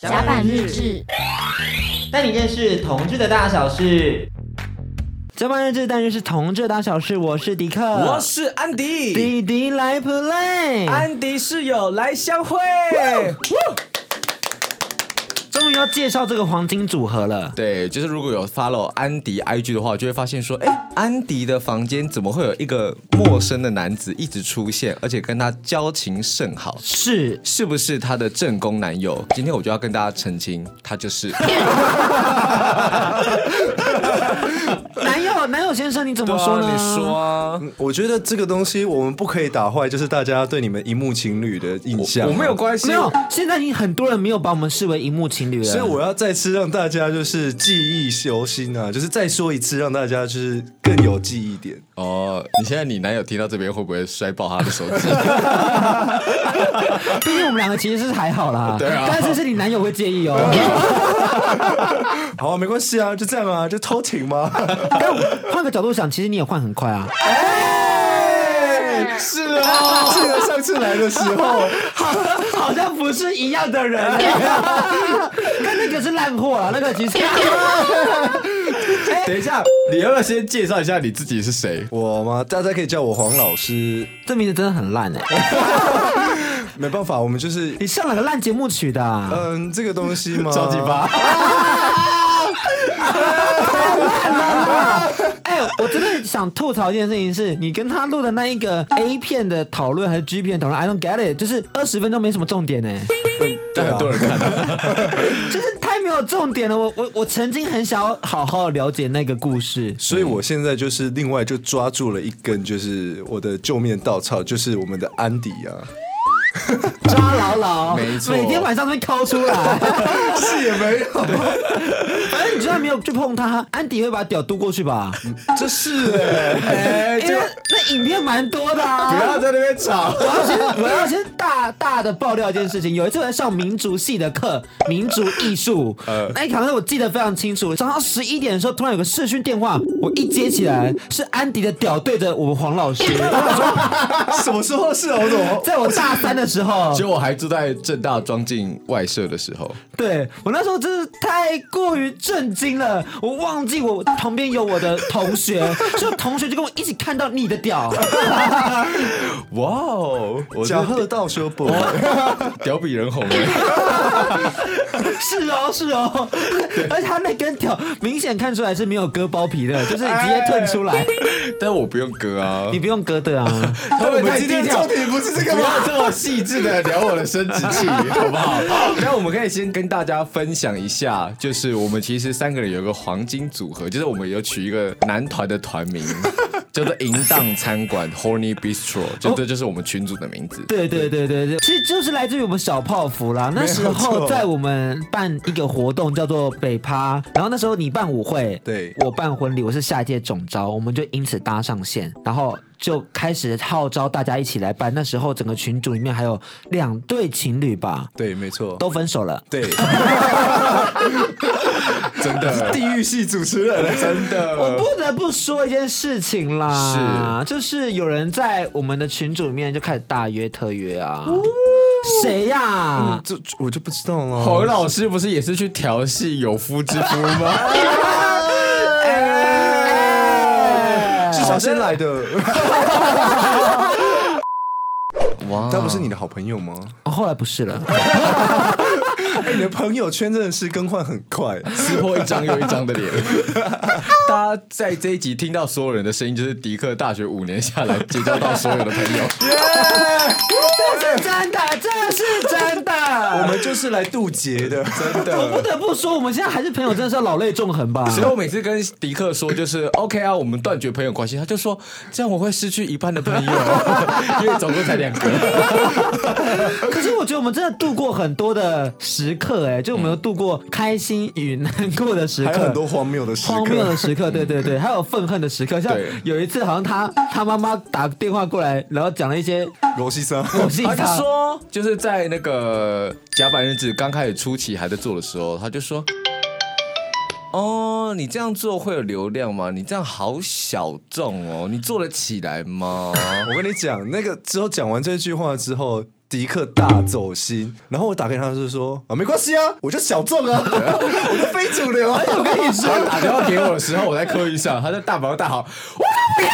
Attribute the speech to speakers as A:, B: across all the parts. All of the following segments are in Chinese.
A: 甲板日志，
B: 带你认识同志的大小事。甲板日志，带你认识同志的大小事。我是哎迪克，
C: 我是安迪，
B: 迪迪来 play。
C: 安迪室友来相会。
B: 终于要介绍这个黄金组合了。
C: 对，就是如果有 follow 安迪 IG 的话，就会发现说，哎，安迪的房间怎么会有一个陌生的男子一直出现，而且跟他交情甚好？
B: 是
C: 是不是他的正宫男友？今天我就要跟大家澄清，他就是。
B: 男友，男友先生，你怎么说呢？
C: 你说啊，
D: 嗯我觉得这个东西我们不可以打坏，就是大家对你们荧幕情侣的印象。啊
C: 我没有，关系，
B: 没有，现在已经很多人没有把我们视为荧幕情侣了。
D: 所以我要再次让大家就是记忆犹新啊，就是再说一次，让大家就是更有记忆点。
C: 哦，你现在你男友听到这边会不会摔爆他的手机？
B: 毕竟我们两个其实是还好啦。
C: 对啊
B: 但是是你男友会介意哦。
D: 好、啊，没关系啊，就这样啊，就偷情吗？
B: 但换个角度想，其实你也换很快啊。
C: 是啊，
D: 记得上次来的时候，
B: 好像不是一样的人， 跟那个是烂货啊，那个其实。
C: 等一下，你要不要先介绍一下你自己是谁？
D: 我吗？大家可以叫我黄老师，
B: 这名字真的很烂哎、
D: 没办法，我们就是
B: 你上了个烂节目曲的啊、
D: 嗯，这个东西 嘛，
C: 超级八。
B: 哎、我真的想吐槽一件事情是，你跟他录的那一个 A 片的讨论还是 G 片的讨论，I don't get it，就是二十分钟没什么重点呢、欸
C: 但很多人看到。
B: 就是太没有重点了。我我我曾经很想要好好了解那个故事，
D: 所以我现在就是另外就抓住了一根，就是我的救命稻草，就是我们的安迪啊，
B: 抓牢牢，
C: 没错
B: 每天晚上都会抠出来。
D: 是也没有，
B: 反正你就算没有去碰他，安迪会把屌嘟过去吧？
D: 这是哎、
B: 因为那影片蛮多的啊。
C: 在那边吵。
B: 我要先，我要先大大的爆料一件事情。有一次我在上民族系的课，民族艺术，那一堂课我记得非常清楚。早上十一点的时候，突然有个视讯电话，我一接起来是安迪的屌对着我们黄老师。
D: 什么时候是啊？我怎么
B: 在我大三的时
D: 哦
B: 候
C: 其，实我还住在正大装进外社的时 候，
B: 对我那时候真是太过于震惊了，我忘记我旁边有我的同学，所以同学就跟我一起看到你的屌。
C: 哇哦，我是
D: 假贺道修博？
C: 屌比人红哎。
B: 是哦，是哦，而且他那根屌明显看出来是没有割包皮的，就是你直接吞出
D: 哎
B: 来，
C: 但我不用割啊
B: 你。不用割 的啊。
C: 我们
D: 今天重点不是这个
C: 不
D: 吗？
C: 要这么细致的聊我的生殖 器，好不好？那我们可以先跟大家分享一下，就是我们其实三个人有一个黄金组合，就是我们有取一个男团的团 名，叫做淫荡餐馆 （Horny Bistro），就
D: 哦
C: 这就是我们群组的名字。
B: 对对对对对，其实就是来自于我们小泡芙啦。那时候在我们办一个活动叫做北趴，然后那时候你办舞会，
D: 对
B: 我办婚礼，我是下一届总招，我们就因此搭上线，然后就开始号召大家一起来办。那时候整个群组里面还有两对情侣吧，
D: 对，没错，
B: 都分手了。
D: 对，
C: 真的，
D: 地狱系主持人，
C: 真
D: 呃
B: 我
C: 的，
B: 不得不说一件事情啦，就是有人在我们的群组里面就开始大约特约啊，谁呀、
D: 这这我就不知道了。
C: 侯老师不是也是去调戏有夫之夫吗？
B: 哎
D: 是小先来 的，
C: 哇
D: 他不是你的好朋友吗？
B: 哦后来不是 了，
D: 哎，你的朋友圈真的是更换很快。
C: 撕破一张又一张的脸。大家在这一集听到所有人的声音，就是迪克大学五年下来结交到所有的朋友。
B: 这是真的，这是真
D: 我
B: 的。
D: 们就是来渡劫的， 真
B: 我不
D: 的。
B: 得不说，我们现在还是朋友，真的是要老泪纵横吧。
C: 所以我每次跟迪克说，就是 OK 啊，我们断绝朋友关系，他就说这样我会失去一半的朋友，因为总共才两个。
B: 可是我觉得我们真的度过很多的时刻、哎，就我们有度过开心与难过的时刻，
D: 嗯还有很多荒谬的时
B: 荒谬
D: 刻
B: 的。时 刻，对对对，还有愤恨的时刻。像
C: 对
B: 有一次，好像他他妈妈打电话过来，然后讲了一些
D: 罗西桑，
B: 我信
C: 他就
B: 他。
C: 说，就是在那个甲板日志刚开始初期还在做的时候，他就说。哦，你这样做会有流量吗？你这样好小众哦，你做得起来吗？
D: 我跟你讲，那个之后讲完这句话之后，迪克大走心，然后我打给他就是说啊，没关系啊，我就小众啊， 我就非主流
C: 哎
D: 啊。
B: 我跟你 说，
C: 他打电话给我的时候，我在客运上，他在大毛大喊：“我不要！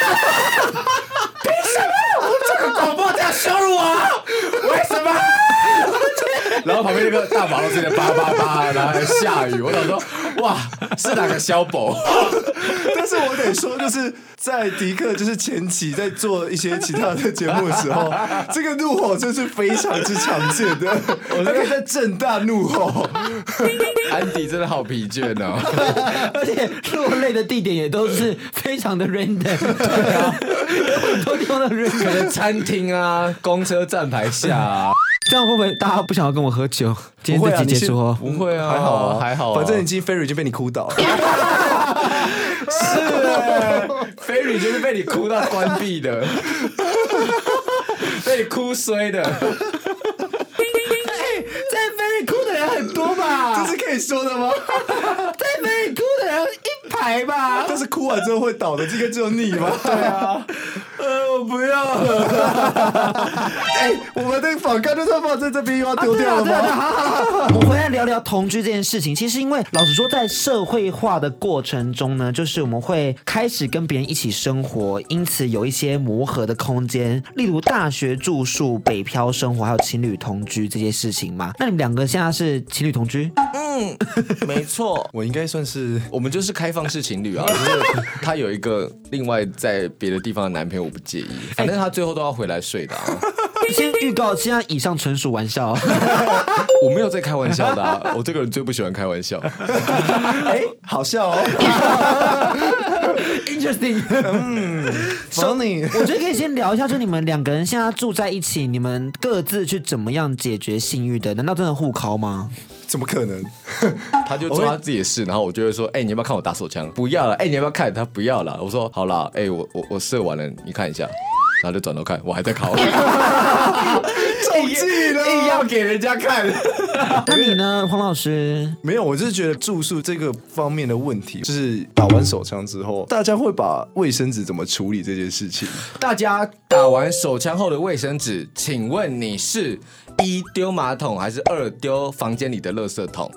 C: 凭什么我这个广播这样羞辱我？为什么？”然后旁边那个大马路直接叭叭叭，然后还下雨，我想说，哇，是哪个小宝？
D: 但是我得说，就是在迪克就是前期在做一些其他的节目的 时候，这个怒吼真是非常之常见的，他可以在正大怒吼。
C: 安迪真的好疲倦哦。
B: 而且落泪的地点也都是非常的 random，对啊， 有很多地方的 random。
C: 可能餐厅啊，公车站牌下、啊，
B: 这样会不会大家不想要跟我喝酒？今天这集结束哦。
C: 不会啊，
D: 还好啊，
C: 还好啊、
D: 反正已经 Ferry 就被你哭倒 了。啊
C: 菲瑞就是被你哭到关闭的，被你哭衰的。
B: 在 very 哭的人很多吧？
D: 这是可以说的吗？
B: 在 very 哭的人一排吧？
D: 但是哭完之后会倒的，这个只有你吗？
B: 呃，我不要了。
D: 哎、我们的访干就算放在这边又要丢
B: 对
D: 掉
B: 啊，
D: 了
B: 对啊，对啊
D: 吗？
B: 好好好， 我们回来聊聊同居这件事情。其实，因为老实说，在社会化的过程中呢，就是我们会开始跟别人一起生活，因此有一些磨合的空间，例如大学住宿、北漂生活，还有情侣同居这些事情嘛。那你们两个现在是情侣同居？
C: 没错，
D: 我应该算是
C: 我们就是开放式情侣啊。就是他有一个另外在别的地方的男朋友，我不介意，反正他最后都要回来睡 的、啊。
B: 先预告，现在以上纯属玩 笑。
C: 我没有在开玩笑的、啊，我这个人最不喜欢开玩笑。
D: 哎、好笑哦。
B: Interesting。
D: 找你
B: 我觉得可以先聊一下，就你们两个人现在住在一起，你们各自去怎么样解决性欲的？难道真的互考吗？
D: 怎么可能？
C: 他就做他自己的事，然后我就会说：“哎、你要不要看我打手枪？不要了。哎、你要不要看？他不要了。我说：“好啦，哎、我我我射完了，你看一下。”然后就转头看，我还在 考，
D: 中计
C: 硬
D: 了。
C: 要给人家看。
B: 那你呢，黄老师？
D: 没有，我就是觉得住宿这个方面的问题，就是打完手枪之后，大家会把卫生纸怎么处理这件 事情。
C: 大家打完手枪后的卫生纸，请问你是一丢马桶还是二丢房间里的垃圾桶？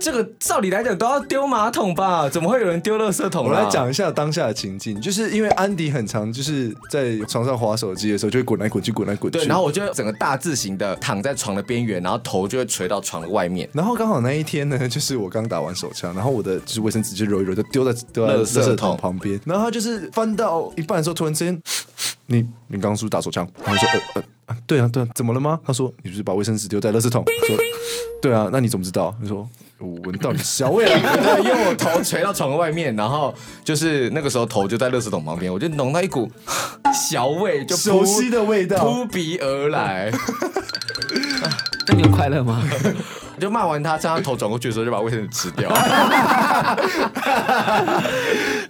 C: 这个照理来讲都要丢马桶吧？怎么会有人丢垃圾桶、啊？
D: 我来讲一下当下的情境，就是因为安迪很常就是在床上划手机的时候，就会滚来滚去，滚来滚去。
C: 对，然后我就整个大字型的躺在床的边缘，然后头就会垂到床的外面。
D: 然后刚好那一天呢， 就是我刚打完手枪，然后我的就是卫生纸就揉一揉，就丢在丢在
C: 垃
D: 垃
C: 圾桶
D: 圾桶旁边。然后他就是翻到一半的时候，突然之间， 你你刚刚是不是打手枪？然后我说呃呃啊，对啊对啊，怎么了吗？他说你不是把卫生纸丢在垃圾桶？我说对啊，那你怎么知道？他说我闻到你香味啊了。
C: 对，因为我头垂到床的外面，然后就是那个时候头就在垃圾桶旁边，我就浓到一股小味，就
D: 熟
C: 扑
D: 悉的味道
C: 扑鼻而来。
B: 那你有快乐吗？
C: 就骂完他，趁他头转过去的时候，就把卫生纸吃 掉。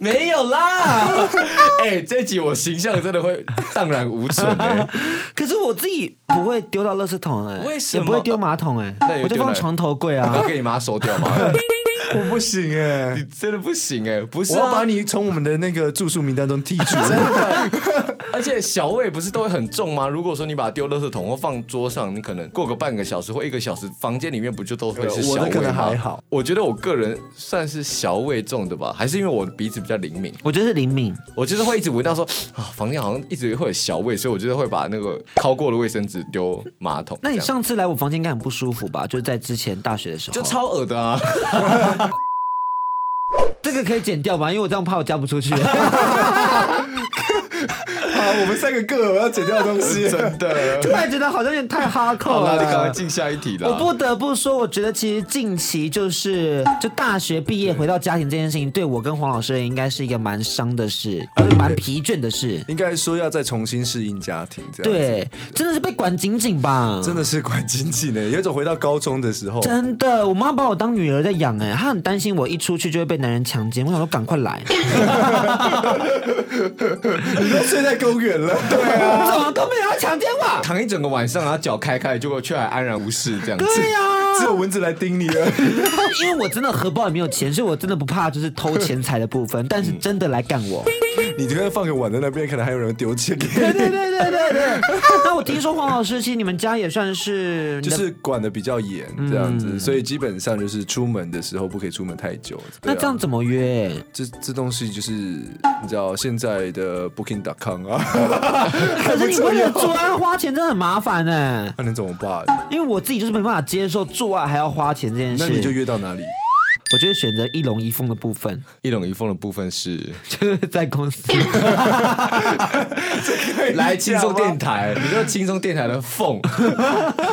C: 没有啦，哎、这集我形象真的会荡然无存、 欸。
B: 可是我自己不会丢到垃圾桶哎、
C: 为什么
B: 也不会丢马桶哎、
C: 那
B: 我
C: 你会丢哪里
B: 就放床头柜
C: 我
B: 啊
C: 要。给你妈收掉吗？
D: 我不行 哎、
C: 你真的不行哎、不是、
D: 我
C: 啊，
D: 要把你从我们的那个住宿名单中剔 除。
C: 而且小味不是都会很重吗？如果说你把它丢垃圾桶或放桌上，你可能过个半个小时或一个小时，房间里面不就都会呃是
D: 对我
C: 小味
D: 的
C: 吗？
D: 可能还好，
C: 我觉得我个人算是小味重的吧，还是因为我鼻子比较灵敏，
B: 我觉得是灵敏，
C: 我就是会一直闻到说啊，房间好像一直会有小味，所以我就是会把那个掏过的卫生纸丢马桶。
B: 那你
C: 这样
B: 上次来我房间应该很不舒服吧？就是在之前大学的时候，
C: 就超恶的 啊！
B: 这个可以剪掉吧，因为我这样怕我嫁不出 去。
D: 好，我们三个各有要剪掉的东 西。
C: 真的，
B: 突然觉得好像有点太哈扣
C: 好啦，
B: 了。
C: 你赶快进下一题啦。
B: 我不得不说，我觉得其实近期就是就大学毕
C: 嗯
B: 业回到家庭这件事情，对我跟黄老师也应该是一个蛮伤的事，
C: 嗯
B: 就是蛮疲倦的事。
D: 应该说要再重新适应家庭，这样子
B: 对，真的是被管紧紧吧？
C: 嗯
D: 真的是管经济 呢，有一种回到高中的时候，
B: 真的，我妈把我当女儿在养哎、她很担心我一出去就会被男人强奸。我想说赶快来，
D: 你都睡在公园 了，对啊，
B: 怎么都没有要强奸 我？
C: 躺一整个晚上，然后脚开开，结果却还安然无事这样子。
B: 对呀、
D: 只有蚊子来叮你了。
B: 嗯因为我真的荷包里没有钱，所以我真的不怕就是偷钱财的部分，但是真的来干我。
D: 你这个放个碗在那边，可能还有人丢钱给
B: 对对
D: 你，
B: 对对对对。 那我听说黄老师，其实你们家也算是啊你
D: 就
B: 的
D: 是管的比较严
C: 嗯
D: 这样子，所以基本上就是出门的时候不可以出门太久。
B: 那
D: 对啊
B: 这样怎么 约？
D: 这这东西就是你知道现在的 Booking.com 啊，
B: 可是你
D: 错
B: 为了
D: 哟
B: 做爱花钱真的很麻烦呢、
D: 那能怎么办？
B: 因为我自己就是没办法接受做爱还要花钱这件事。
D: 那你就约到哪里？
B: 我就会选择一龙一凤的部分，
C: 一龙一凤的部分是
B: 就是在公司。
C: 来 轻松电台， 你说轻松电台的凤，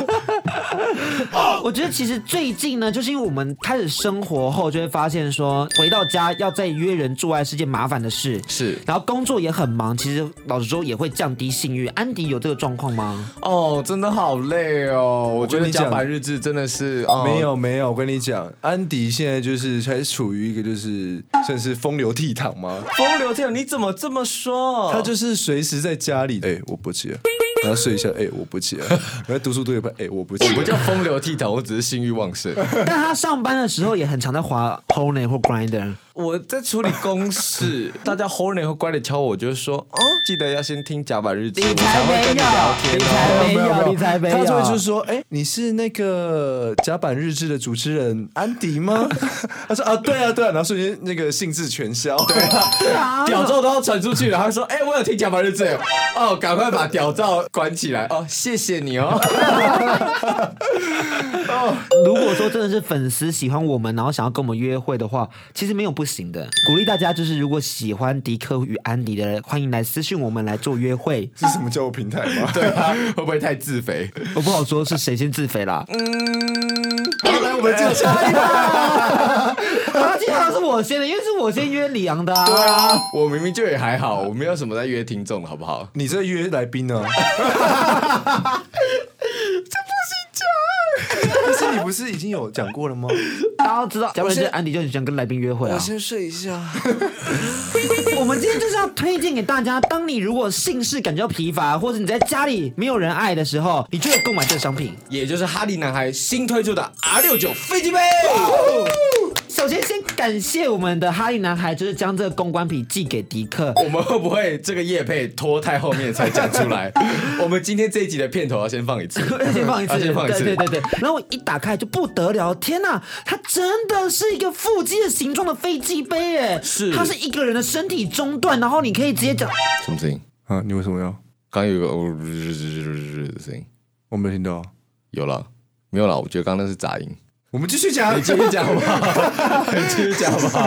B: 我觉得其实最近呢，就是因为我们开始生活后，就会发现说，回到家要再约人做爱是件麻烦的事。
C: 是
B: 然后工作也很忙，其实老实说也会降低性欲。安迪有这个状况 吗？
C: 哦，真的好累哦！我觉
D: 跟
C: 得
D: 你
C: 加
D: 讲
C: 班日志真的是、哦、
D: 没有没有，我跟你讲，安迪现在就是还处于一个就是算是风流倜傥吗？
C: 风流天，你怎么这么说？
D: 他就是随时在家里，哎、我不接，然后睡一下，哎、我不接，然后读书读一半，哎、我不接，
C: 我不叫风流倜傥，我只是性欲旺盛。
B: 但他上班的时候也很常在滑 Pony 或 Grinder。
C: 我在处理公 事，大家 h o r n y 和乖的敲我，我就说，哦，记得要先听甲板日志，
B: 你
C: 我
B: 才
C: 才会跟你聊
B: 没有
C: 天
B: 你才
C: 哦。
B: 没有，你才没有，
D: 他就会就是说，哎、你是那个甲板日志的主持人安迪 吗？他说啊，对啊，对啊，然后瞬间那个兴致全消，对啊，
B: 啊
C: 屌照都要传出去了，他会说：“哎、我有听甲板日志耶，哦，赶快把屌照关起来哦，谢谢你哦。
B: 如果说真的是粉丝喜欢我们，然后想要跟我们约会的话，其实没有不行的。鼓励大家就是，如果喜欢迪克与安迪的人，欢迎来私讯我们来做约会。
D: 是什么交友平台吗？
C: 对啊，会不会太自肥？
B: 我不好说是谁先自肥啦。
C: 嗯
D: 好，来我们 接下 一个。
B: 啊，基本上是我先的，因为是我先约李阳的啊。对啊，
C: 我明明就也还好，我没有什么在约听众的，好不好？
D: 你这约来宾 呢？这不行讲。但是你不是已经有讲过了吗？
B: 大家都知道，要不然就是安迪就很喜欢跟来宾约会啊。
D: 睡 一下。
B: 我们今天就是要推荐给大家，当你如果性事感觉到疲乏，或者你在家里没有人爱的时候，你就会购买这个商品。
C: 也就是哈利男孩新推出的 R 六九飞机杯。
B: 首先，先感谢我们的哈利男孩，就是将这个公关品寄给迪克。
C: 我们会不会这个叶配拖太后面才讲出来？我们今天这一集的片头要先放一次，
B: 要 啊先放一次，
C: 要先放一次。
B: 对对对对。然后我一打开就不得了，天哪，它真的是一个腹肌的形状的飞机杯耶！
C: 是
B: 它是一个人的身体中段，然后你可以直接 讲，
C: 什么声音？
D: 啊，你为什么要？
C: 刚刚有一个哦的声音，
D: 我没有听到。啊
C: 有了没有了？我觉得刚刚那是杂音。
D: 我们继续讲
C: 你。继续讲好不好？你继续讲好不好？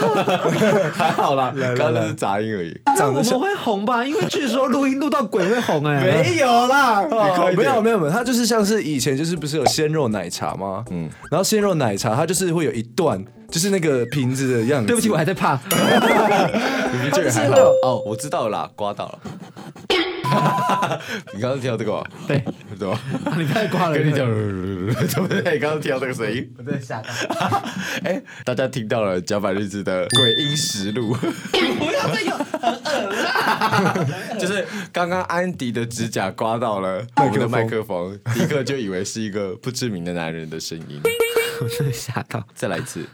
C: 好可怕、还好啦，刚刚那是杂音而已。
B: 那啊我们会红吧？因为据说录音录到鬼会红 哎。
C: 没有啦，你快一点
D: 哦没有没有没有，它就是像是以前就是不是有鲜肉奶茶吗？嗯，然后鲜肉奶茶它就是会有一段就是那个瓶子的样子。
B: 对不起，我还在 怕。
C: 你这个还好哦，我知道了啦，刮到了。你刚刚听到这个吗？
B: 对，
C: 对吧？
B: 你太挂了。
C: 啊跟你讲，对不 对？刚刚听到这个声音，
B: 我真的吓 到。
C: 哎，大家听到了《甲板日志》的鬼音实录，
B: 不要再 用，
C: 就是刚刚安迪的指甲刮到了我
D: 麦克风
C: 们的麦克风，迪克就以为是一个不知名的男人的声音。
B: 我真的吓到。
C: 再来一次，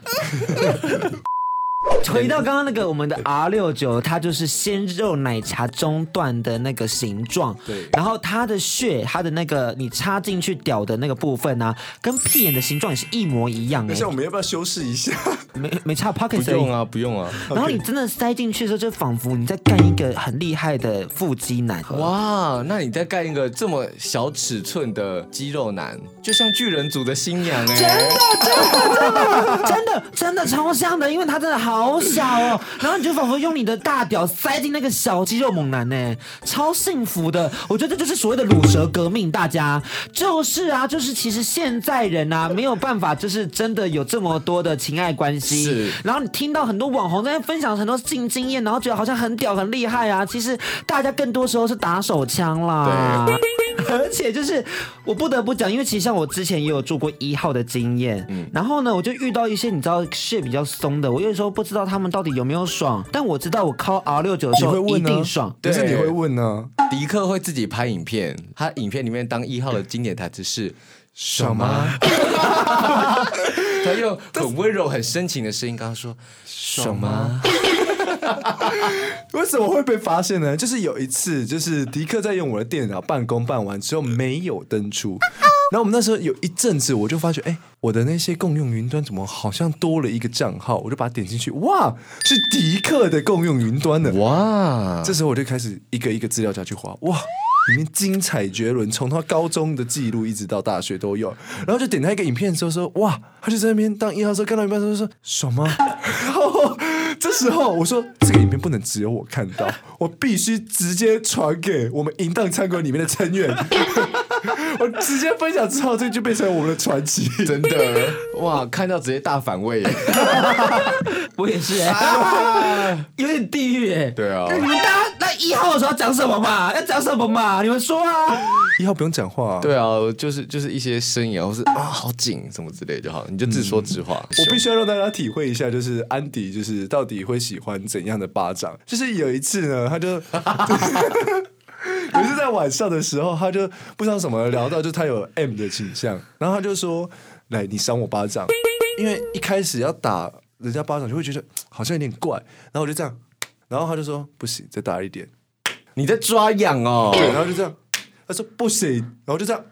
B: 回到刚刚那个我们的 R 六九，它就是鲜肉奶茶中段的那个形状。
D: 对
B: 然后它的穴，它的那个你插进去屌的那个部分啊，跟屁眼的形状也是一模一样哎、
D: 那像我们要不要修饰一下？
B: 没没差 pocket
C: 不
B: 而已
C: 用啊，不用啊。
B: 然后你真的塞进去的时候，就仿佛你在干一个很厉害的腹肌男。哇！
C: 哇，那你再干一个这么小尺寸的肌肉男，就像巨人族的新娘哎、
B: 真的真的超像的，因为它真的好小哦。然后你就仿佛用你的大屌塞进那个小肌肉猛男呢，超幸福的。我觉得这就是所谓的乳蛇革命，大家就是啊，就是其实现在人啊没有办法，就是真的有这么多的情爱关系。
C: 是
B: 然后你听到很多网红在分享很多性经验，然后觉得好像很屌很厉害啊，其实大家更多时候是打手枪啦。而且就是我不得不讲，因为其实像我之前也有做过一号的经验，
C: 嗯
B: 然后呢，我就遇到一些你知道血比较松的，我有时候不知道他们到底有没有爽，但我知道我靠 R 六九的时
D: 你会
B: 候一
D: 问呢
B: 定 爽？。
D: 但是
C: 对
D: 你会问呢？
C: 迪克会自己拍影片，他影片里面当一号的经典台词是“爽吗？” 他用很温柔、很深情的声音跟他说“爽吗？”
D: 为什么会被发现呢？就是有一次，就是迪克在用我的电脑办公办完之后没有登 出，然后我们那时候有一阵子，我就发觉，哎、我的那些共用云端怎么好像多了一个账号？我就把它点进去，哇，是迪克的共用云端呢。
C: 哇，
D: 这时候我就开始一个一个资料夹去划，哇，里面精彩绝伦，从他高中的记录一直到大学都有。然后就点他一个影片的时候说，哇，他就在那边当一号的时候看到一半的时候说爽吗？ 然后这时候我说这个影片不能只有我看到，我必须直接传给我们淫荡餐馆里面的成员。 我直接分享之后，这就变成我们的传奇。
C: 真的哇，看到直接大反胃耶，
B: 我也是、欸，哎 有点地狱哎、欸。
C: 对啊
B: 那你们大家那一号的时候要讲什么嘛？要讲什么嘛？你们说啊。
D: 一号不用讲话、啊，
C: 对啊，就是就是一些呻吟啊，或是啊好紧什么之类就好，你就自说自话。
D: 嗯我必须要让大家体会一下，就是安迪就是到底会喜欢怎样的巴掌。就是有一次呢，他就有一次在晚上的时候，他就不知道怎么聊到，就他有 M 的倾向，然后他就说：“来，你扇我巴掌。”因为一开始要打人家巴掌，就会觉得好像有点怪，然后我就这样，然后他就说：“不行，再大一点。”
C: 你在抓痒哦，
D: 对，然后就这样，他说不行，然后就这样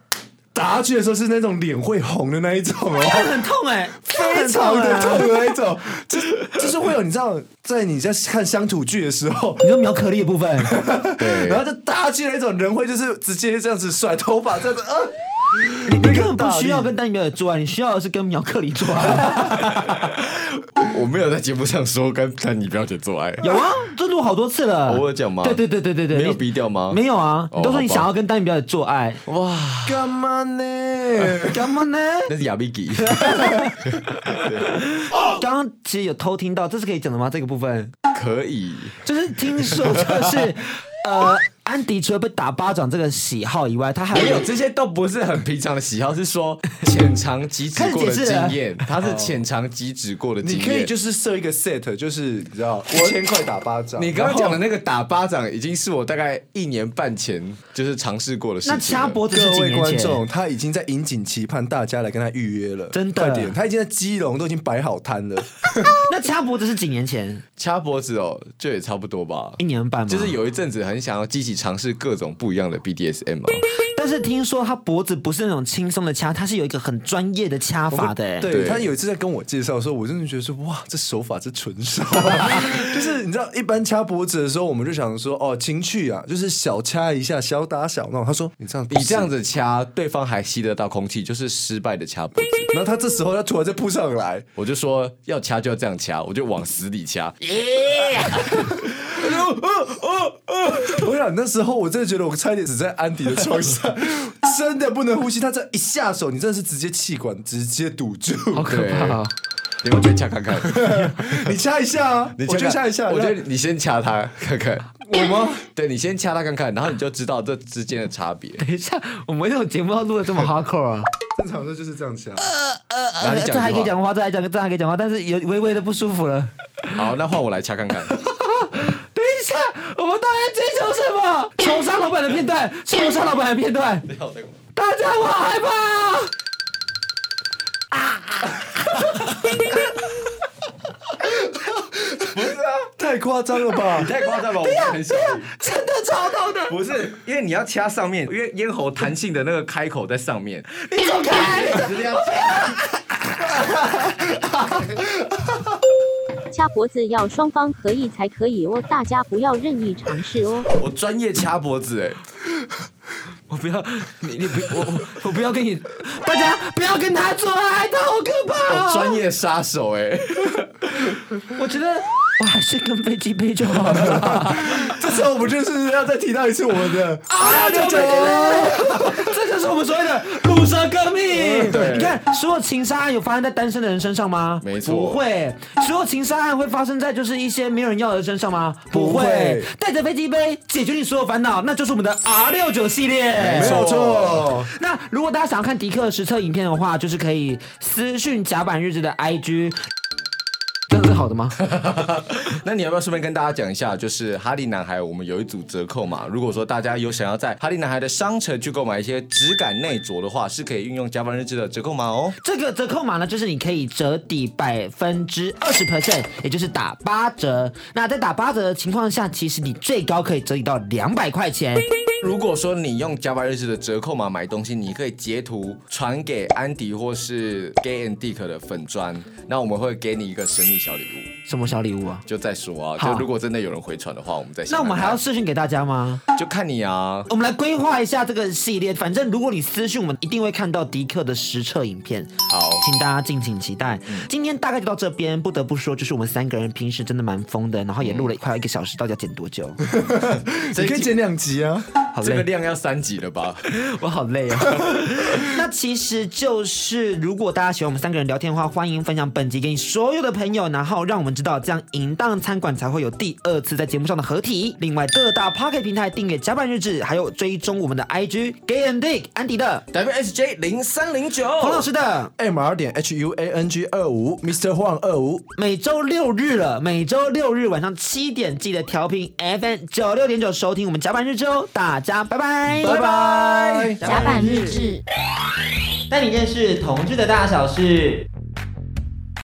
D: 打下去的时候是那种脸会红的那一种哦。
B: 很痛哎、
D: 非常的
B: 欸
D: 痛的
C: 啊
D: 那一种，就是就是会有你知道，在你在看乡土剧的时候，
B: 你说苗可丽的部分，
C: 对，
D: 然后就搭去那种人会就是直接这样子甩头发，这样子啊，
B: 你
D: 那
B: 你根
D: 个
B: 本不
D: 大力
B: 需要跟丹尼表演做爱，你需要的是跟苗可丽做爱。
C: 我没有在节目上说跟跟你表姐做 爱，
B: 有啊，这录好多次了。
C: 哦我有讲吗
B: 对对对对对对，
C: 没有
B: 你
C: 逼掉吗
B: 没有啊，
C: 哦
B: 你都说你
C: 好吧
B: 想要跟丹尼表演做爱，
C: 哇，
D: 干 嘛呢？
B: 干 嘛呢？
C: 那是亚比 吉，
B: 哦刚刚其实有偷听到，这是可以讲的吗？这个部分
C: 可以，
B: 就是听说 就是。呃，安迪除了被打巴掌这个喜好以外，他还
C: 没
B: 有
C: 有这些都不是很平常的喜好，是说浅尝即止过的经验，他是浅尝即止过的经
D: 你
C: 验。
D: 可以就是设一个 set，就是你知道一千块打巴掌，
C: 你刚刚讲的
D: 然后
C: 那个打巴掌，已经是我大概一年半前就是尝试过的事情
B: 那
C: 了。
B: 掐脖子是
D: 各
B: 几
D: 位
B: 年
D: 观
B: 前，
D: 众，他已经在引颈期盼大家来跟他预约了，
B: 真的
D: 快点，他已经在基隆都已经摆好摊了，
B: 那掐脖子是几年前，
C: 掐脖子哦，这也差不多吧
B: 一。年半吗？
C: 就是有一阵子很想要积极尝试各种不一样的 BDSM 啊，
B: 但是听说他脖子不是那种轻松的掐，他是有一个很专业的掐法的、欸。，
D: 对
C: 对
D: 他有一次在跟我介绍的时候，我真的觉得说，哇，这手法这纯手， 就是你知道，一般掐脖子的时候，我们就想说，哦，情趣啊，就是小掐一下，小打小闹。他说你这样，
C: 你这样，子掐，对方还吸得到空气，就是失败的掐脖子。
D: 然后他这时候他突然再扑上来，
C: 我就说要掐就要这样掐，我就往死里掐。
D: 我想那时候我真的觉得我差一点死在安迪的床上，真的不能呼吸。他这一下手，你真的是直接气管直接堵住，
B: 好可怕、哦。
C: 你们去掐看看，
D: 你掐一下啊，
C: 你
D: 我
C: 看
D: 就掐一下，
C: 我觉得你先掐他看看。
D: 我吗？
C: 对你先掐他看看，然后你就知道这之间的差别。
B: 等一下，我们这种节目要录的这 么 hardcore 啊？
D: 正常的就是这样掐。
C: 然后你
B: 这还
C: 讲一
B: 可以
C: 句
B: 讲
C: 话。
B: 话，这还讲，这还可以讲话，但是有微微的不舒服了。
C: 好，那换我来掐看 看。
B: 等一下，我们到底在追求什 么？仇杀老板的片 段，仇杀老板的片段，大家我好害怕啊！
D: 啊太夸张了吧！
C: 太夸张了，我们很小力。
B: 真的超痛的，
C: 不是，因为你要掐上面，因为咽喉弹性的那个开口在上面，
B: 你走开！你走
C: 直接要掐。
A: 掐脖子要双方合意才可以哦，大家不要任意尝试哦。
C: 哎我专业掐脖子哎。
B: 我不要，你你不我我我不要跟你，大家不要跟他做爱，他好可怕、
C: 我
B: 哦！
C: 专业杀手哎、
B: 我觉得我还是跟飞机杯就好了 啦。
D: 这时候我们就是要再提到一次我们 的
B: 啊，就 这就是我们所谓的毒蛇革命。
C: 对
B: 你看，所有情杀案有发生在单身的人身上吗？
C: 没错
B: 不会。所有情杀案会发生在就是一些没有人要的人身上吗？
D: 不会。
B: 带着飞机杯解决你所有烦恼，那就是我们的 R 六九系列。
C: 没
D: 没有错，
B: 那如果大家想要看迪克的实测影片的话，就是可以私讯甲板日志的 IG。真的是好的吗？
C: 那你要不要顺便跟大家讲一下，就是哈利男孩，我们有一组折扣嘛？如果说大家有想要在哈利男孩的商城去购买一些质感内着的话，是可以运用加班日志的折扣码哦。
B: 这个折扣码呢，就是你可以折抵百分之二十 percent，也就是打八折。那在打八折的情况下，其实你最高可以折抵到两百块钱。
C: 如果说你用加班日志的折扣码买东西，你可以截图传给安迪或是 Gay and Dick 的粉砖，那我们会给你一个神秘小礼物。
B: 什么小礼物啊？
C: 就再说啊，
B: 好
C: 就如果真的有人回传的话，我们再想
B: 那我们还要
C: 看啊
B: 私讯给大家吗？
C: 就看你啊。
B: 我们来规划一下这个系列。反正如果你私讯，我们一定会看到迪克的实测影片。
C: 好
B: 请大家敬请期待。今天大概就到这边，不得不说，就是我们三个人平时真的蛮疯的，然后也录了快要一个小时，到底要剪多久？
D: 你可以剪两集啊。
B: 好
C: 这个
B: 累，
C: 量要三级了 吧？
B: 我好累 哦。那其实就是，如果大家喜欢我们三个人聊天的话，欢迎分享本集给你所有的朋友，然后让我们知道，这样淫荡餐馆才会有第二次在节目上的合体。另外，各大 Pocket 平台订阅《甲板日志》，还有追踪我们的 IG Gay and Dick 安迪的
C: WSJ 零三零九，
B: 黄老师的。
D: M R 点 H U A N G 二五，Mr. Huang 二五，
B: 每周六日了，每周六日晚上七点记得调频 FM 九六点九收听我们甲板日志哦，大家拜拜，
D: 拜。拜。
A: 甲板日志。
B: 带你认识同志的大小事。